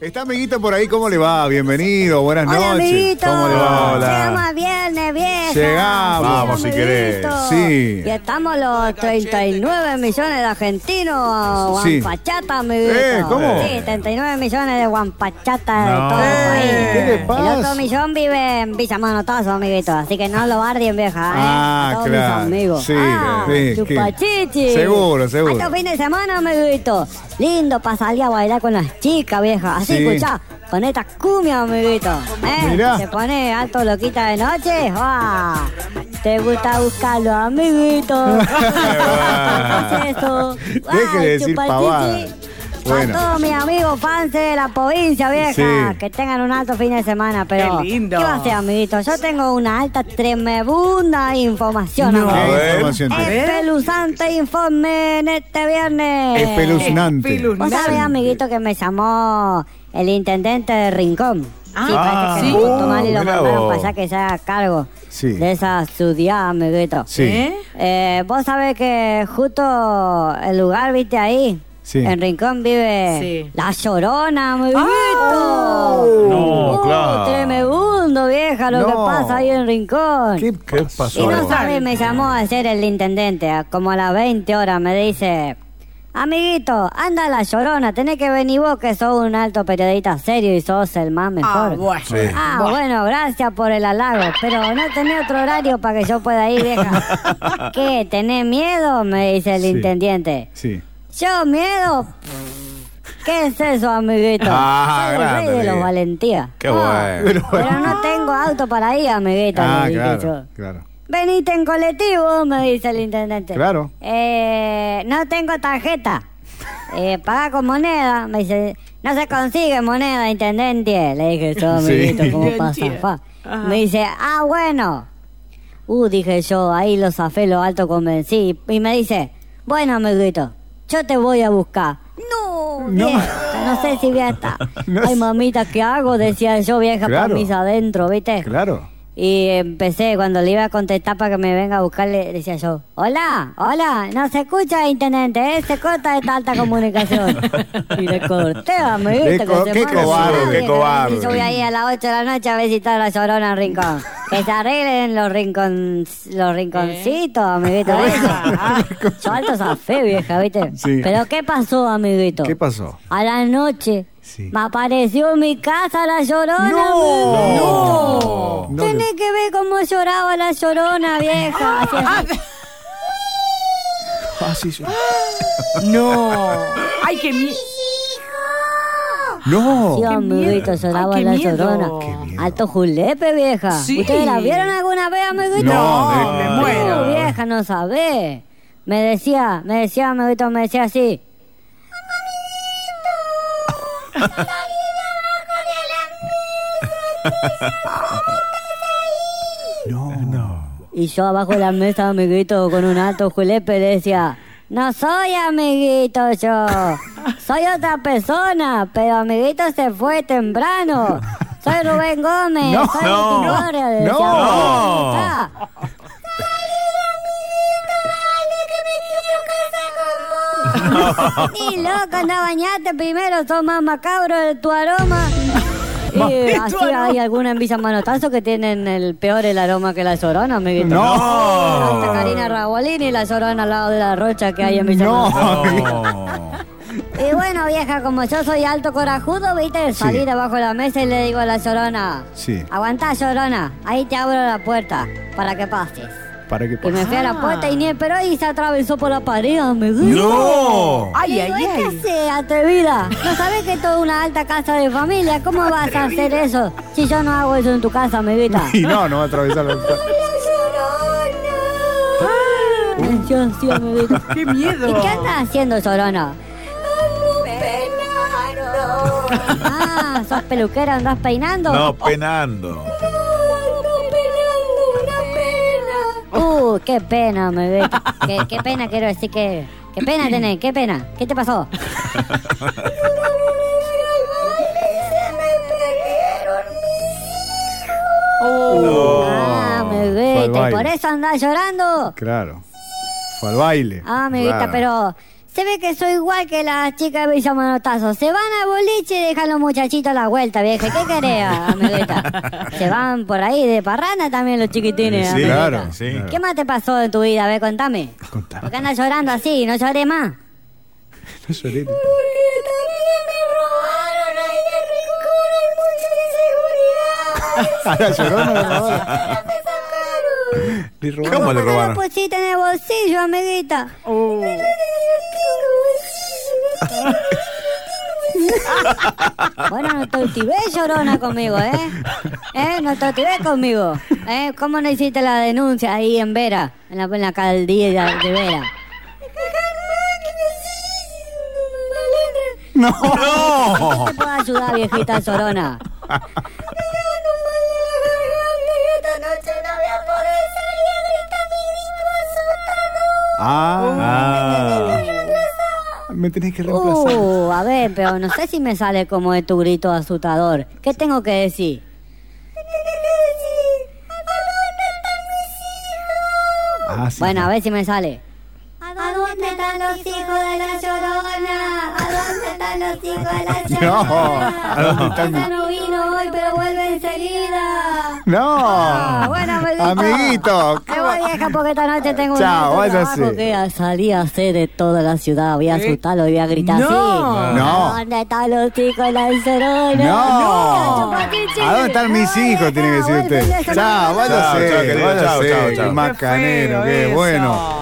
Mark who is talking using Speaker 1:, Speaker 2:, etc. Speaker 1: Está amiguito por ahí, ¿cómo le va? Bienvenido, buenas
Speaker 2: Hola,
Speaker 1: noches.
Speaker 2: amiguito.
Speaker 1: ¿Cómo le va?
Speaker 3: Hola.
Speaker 2: Llegamos a viernes, vieja.
Speaker 1: Llegamos.
Speaker 3: Vamos, si
Speaker 2: amiguito.
Speaker 3: querés.
Speaker 1: Sí.
Speaker 2: Y estamos los 39 millones de argentinos.
Speaker 1: Sí.
Speaker 2: Guampachata, amiguito.
Speaker 1: Eh, ¿cómo?
Speaker 2: Sí, 39 millones de guampachatas de
Speaker 3: No.
Speaker 2: todo el país.
Speaker 3: Eh,
Speaker 1: ¿qué le pasa?
Speaker 2: El otro millón vive en Villa Manotazo, amiguito. Así que no lo bardien, vieja. ¿eh?
Speaker 1: Ah,
Speaker 2: a todos
Speaker 1: claro.
Speaker 2: mis amigos.
Speaker 1: Sí,
Speaker 2: ah,
Speaker 1: sí,
Speaker 2: chupachichi.
Speaker 1: que- Seguro, seguro.
Speaker 2: Hasta fin de semana, amiguito. Lindo para salir a bailar con las chicas, vieja. Así,
Speaker 1: Sí.
Speaker 2: escuchá. Con esta cumbia, amiguito. ¿eh?
Speaker 1: Mirá.
Speaker 2: Se pone alto loquita de noche. ¡ah! Te gusta buscarlo, amiguito. ¿Qué es eso?
Speaker 1: Deje de
Speaker 2: Ay,
Speaker 1: decir
Speaker 2: chupatichi.
Speaker 1: pavada. Bueno.
Speaker 2: A todos mis amigos fans de la provincia, vieja.
Speaker 1: Sí.
Speaker 2: Que tengan un alto fin de semana, pero...
Speaker 4: Qué lindo.
Speaker 2: ¿Qué va a ser, amiguito? Yo tengo una alta, tremebunda información,
Speaker 4: No.
Speaker 1: ¿Qué
Speaker 4: A
Speaker 2: amiguito.
Speaker 4: ver.
Speaker 1: información tiene?
Speaker 4: ver.
Speaker 2: Espeluznante informe en este viernes.
Speaker 1: Espeluznante.
Speaker 4: Espeluznante.
Speaker 2: Vos sabés,
Speaker 4: Nante.
Speaker 2: amiguito, que me llamó el intendente de Rincón.
Speaker 4: Ah.
Speaker 2: sí,
Speaker 1: Ah,
Speaker 2: parece que
Speaker 4: sí.
Speaker 2: le gustó mal y lo
Speaker 3: Mirá
Speaker 2: mandaron
Speaker 3: vos.
Speaker 2: para allá que se haga cargo
Speaker 1: Sí.
Speaker 2: de esa ciudad, amiguito.
Speaker 1: Sí.
Speaker 4: ¿Eh?
Speaker 2: Eh, Vos sabés que justo el lugar, viste ahí,
Speaker 1: Sí.
Speaker 2: en Rincón vive
Speaker 4: Sí.
Speaker 2: la llorona, amiguito.
Speaker 3: No,
Speaker 2: Uh,
Speaker 3: claro.
Speaker 2: Tremebundo, vieja, lo que
Speaker 1: No.
Speaker 2: pasa ahí en Rincón.
Speaker 1: ¿Qué,
Speaker 3: ¿Qué
Speaker 2: Y
Speaker 3: pasó?
Speaker 2: no sabe, me llamó ayer el intendente, a como a las 20 horas, me dice, amiguito, anda a la llorona, tenés que venir vos que sos un alto periodista serio y sos el más mejor.
Speaker 4: Ah, bueno.
Speaker 3: Sí.
Speaker 2: Ah, bueno, gracias por el halago, pero no tenés otro horario para que yo pueda ir, vieja. ¿Qué? ¿Tenés miedo? Me dice el
Speaker 1: Sí.
Speaker 2: intendente.
Speaker 1: Sí.
Speaker 2: ¿Yo miedo? ¿Qué es eso, amiguito?
Speaker 3: Ah,
Speaker 2: Soy el rey
Speaker 3: grande,
Speaker 2: de los
Speaker 3: bien.
Speaker 2: valentías.
Speaker 3: Qué bueno.
Speaker 1: Pero bueno.
Speaker 2: Pero no tengo auto para ir, amiguito.
Speaker 1: Ah,
Speaker 2: le dije
Speaker 1: claro,
Speaker 2: yo.
Speaker 1: claro.
Speaker 2: Venite en colectivo, me dice el intendente.
Speaker 1: Claro.
Speaker 2: Eh, no tengo tarjeta. Eh, pagá con moneda, me dice. No se consigue moneda, intendente. Le dije yo,
Speaker 1: Sí.
Speaker 2: amiguito, ¿cómo pasa?
Speaker 4: Intendente.
Speaker 2: fa?
Speaker 4: Ajá.
Speaker 2: Me dice, ah, bueno. Uh, dije yo, ahí lo zafé, lo alto convencí. Y me dice, bueno, amiguito, yo te voy a buscar. No,
Speaker 1: No.
Speaker 2: vieja, no sé si voy a estar.
Speaker 1: No
Speaker 2: Ay,
Speaker 1: sé.
Speaker 2: mamita, ¿qué hago? Decía yo, vieja,
Speaker 1: Claro.
Speaker 2: para mis adentro, ¿viste?
Speaker 1: Claro.
Speaker 2: Y empecé, cuando le iba a contestar para que me venga a buscar, le decía yo, hola, hola, no se escucha, intendente, ¿eh? se corta esta alta comunicación. y le corté, amiguito.
Speaker 1: Qué
Speaker 2: que
Speaker 1: co-
Speaker 2: se
Speaker 1: qué
Speaker 2: ponga
Speaker 1: cobarde,
Speaker 2: bravo,
Speaker 3: qué
Speaker 2: vieja.
Speaker 3: cobarde.
Speaker 2: Y yo voy ahí a las 8 de la noche a visitar la llorona al rincón. que se arreglen los, rincon, los rinconcitos, amiguito.
Speaker 4: Ah.
Speaker 2: ¿viste? yo alto zafé, vieja, ¿viste?
Speaker 1: ¿Eh? Sí.
Speaker 2: Pero ¿qué pasó, amiguito?
Speaker 1: ¿Qué pasó?
Speaker 2: A la noche
Speaker 1: Sí.
Speaker 2: me apareció en mi casa la llorona. amiguito.
Speaker 1: ¡No! No. ¡Ah!
Speaker 2: Tenés que ver cómo lloraba la llorona vieja. Así, así.
Speaker 1: Así yo-
Speaker 4: No. Ay, qué miedo.
Speaker 1: ¡No!
Speaker 2: Sí, amiguito, lloraba
Speaker 4: Ay, qué
Speaker 2: la
Speaker 4: miedo.
Speaker 2: llorona.
Speaker 4: Qué
Speaker 1: miedo.
Speaker 2: Alto julepe, vieja.
Speaker 4: Sí.
Speaker 2: ¿Ustedes la vieron alguna vez, amiguito?
Speaker 1: No,
Speaker 4: No,
Speaker 1: de-
Speaker 4: me
Speaker 2: No,
Speaker 4: muero.
Speaker 2: vieja, no sabés. Me decía, me decía, amiguito, me decía así.
Speaker 1: No, no.
Speaker 2: Y yo abajo de la mesa, amiguito, con un alto julepe, le decía, no soy amiguito yo, soy otra persona, pero amiguito se fue temprano. Soy Rubén Gómez,
Speaker 1: No,
Speaker 2: soy
Speaker 3: no,
Speaker 2: Anticorre", le decía,
Speaker 1: no.
Speaker 2: "Ah, Ni loca, anda bañate primero, sos más macabro de tu aroma. Y así
Speaker 4: aroma.
Speaker 2: hay alguna en Villa Manotazo que tienen el peor el aroma que la llorona, amiguito.
Speaker 1: ¡No!
Speaker 2: Está Karina Rabolini y la llorona al lado de la rocha que hay en Villa Manotazo.
Speaker 1: ¡No!
Speaker 2: Y bueno, vieja, como yo soy alto corajudo, viste, salí
Speaker 1: Sí.
Speaker 2: de abajo de la mesa y le digo a la llorona,
Speaker 1: Sí.
Speaker 2: aguantá llorona, ahí te abro la puerta para que pases.
Speaker 1: ¿Para qué
Speaker 2: Y me
Speaker 1: pasa?
Speaker 2: fui a la puerta y ni
Speaker 4: Ah.
Speaker 2: esperó y se atravesó por la pared, amiguito.
Speaker 3: ¡No!
Speaker 4: Ay,
Speaker 2: Le
Speaker 4: ay,
Speaker 2: digo,
Speaker 4: ay.
Speaker 2: ¿Es que hace, atrevida? ¿No sabes que esto es una alta casa de familia? ¿Cómo vas a hacer eso si yo no hago eso en tu casa, amiguita?
Speaker 1: Y no, no va a atravesar la
Speaker 3: Uh.
Speaker 2: Yo sí, amiguita.
Speaker 4: Qué miedo.
Speaker 2: ¿Y qué andas haciendo, Sorona? Ah, ¿sos peluquera? ¿Andás peinando?
Speaker 3: No, penando.
Speaker 2: Uh, qué pena, amiguita. Qué, qué pena, quiero decir que... Qué pena tenés, qué pena. ¿Qué te pasó?
Speaker 1: Fue
Speaker 2: Ah,
Speaker 1: al
Speaker 2: amiguita, ¿y
Speaker 1: baile.
Speaker 2: por eso andás llorando?
Speaker 1: Claro. Fue al baile.
Speaker 2: Ah, amiguita,
Speaker 1: Claro.
Speaker 2: pero Se ve que soy igual que las chicas de Villa Manotazo. Se van al boliche y dejan los muchachitos a la vuelta, vieja. ¿Qué querés, amiguita? Se van por ahí de parranda también los chiquitines.
Speaker 3: Sí,
Speaker 2: amiguita.
Speaker 3: claro. Sí.
Speaker 1: claro.
Speaker 2: ¿Qué más te pasó en tu vida? A ver, contame.
Speaker 1: Contame.
Speaker 2: ¿Por qué andas llorando así? No lloré más.
Speaker 1: No lloré.
Speaker 5: Porque también me robaron ahí de rincón el bolso de seguridad.
Speaker 1: Ahora lloró, no le robaron.
Speaker 5: Pero me sacaron.
Speaker 1: Le robaron.
Speaker 3: ¿Cómo le
Speaker 2: ¿Por qué no
Speaker 3: robaron?
Speaker 2: lo pusiste en el bolsillo, amiguita?
Speaker 4: Oh.
Speaker 2: Bueno, no te activé llorona conmigo, ¿eh? ¿Eh? No te activé conmigo. ¿Eh? ¿Cómo no hiciste la denuncia ahí en Vera? En la, en la alcaldía de- de Vera.
Speaker 1: No.
Speaker 2: ¿Qué te puedo ayudar, viejita llorona?
Speaker 1: Ah. Me tenés que reemplazar.
Speaker 2: Uh, a ver, pero no sé si me sale como de tu grito asustador. ¿Qué tengo que decir?
Speaker 1: Ah, sí.
Speaker 2: Bueno, a ver si me sale.
Speaker 5: ¿A dónde están los hijos de la llorona? ¿A dónde están los hijos de la
Speaker 1: No.
Speaker 5: llorona?
Speaker 1: ¿A dónde están?
Speaker 5: Esta no vino hoy, pero vuelve enseguida.
Speaker 1: No.
Speaker 2: Ah, bueno, amiguito.
Speaker 1: Amiguito.
Speaker 2: Me voy, vieja, porque esta noche tengo un
Speaker 1: Ah. Chao,
Speaker 2: alto
Speaker 1: váyase.
Speaker 2: trabajo que salí a hacer de toda la ciudad. Voy a asustarlo y voy a gritar
Speaker 4: No.
Speaker 2: así.
Speaker 1: No.
Speaker 2: ¿Dónde están los chicos de la llorona?
Speaker 1: No. ¿A dónde están mis hijos? Tiene que decir
Speaker 2: Vuelve,
Speaker 1: usted.
Speaker 2: vieja,
Speaker 1: Chao,
Speaker 2: vuelve.
Speaker 1: váyase.
Speaker 3: Chao, chao, querido, chao, chao,
Speaker 1: váyase.
Speaker 3: chao.
Speaker 1: Qué macanero,
Speaker 4: Qué feo
Speaker 1: qué
Speaker 4: eso.
Speaker 1: bueno.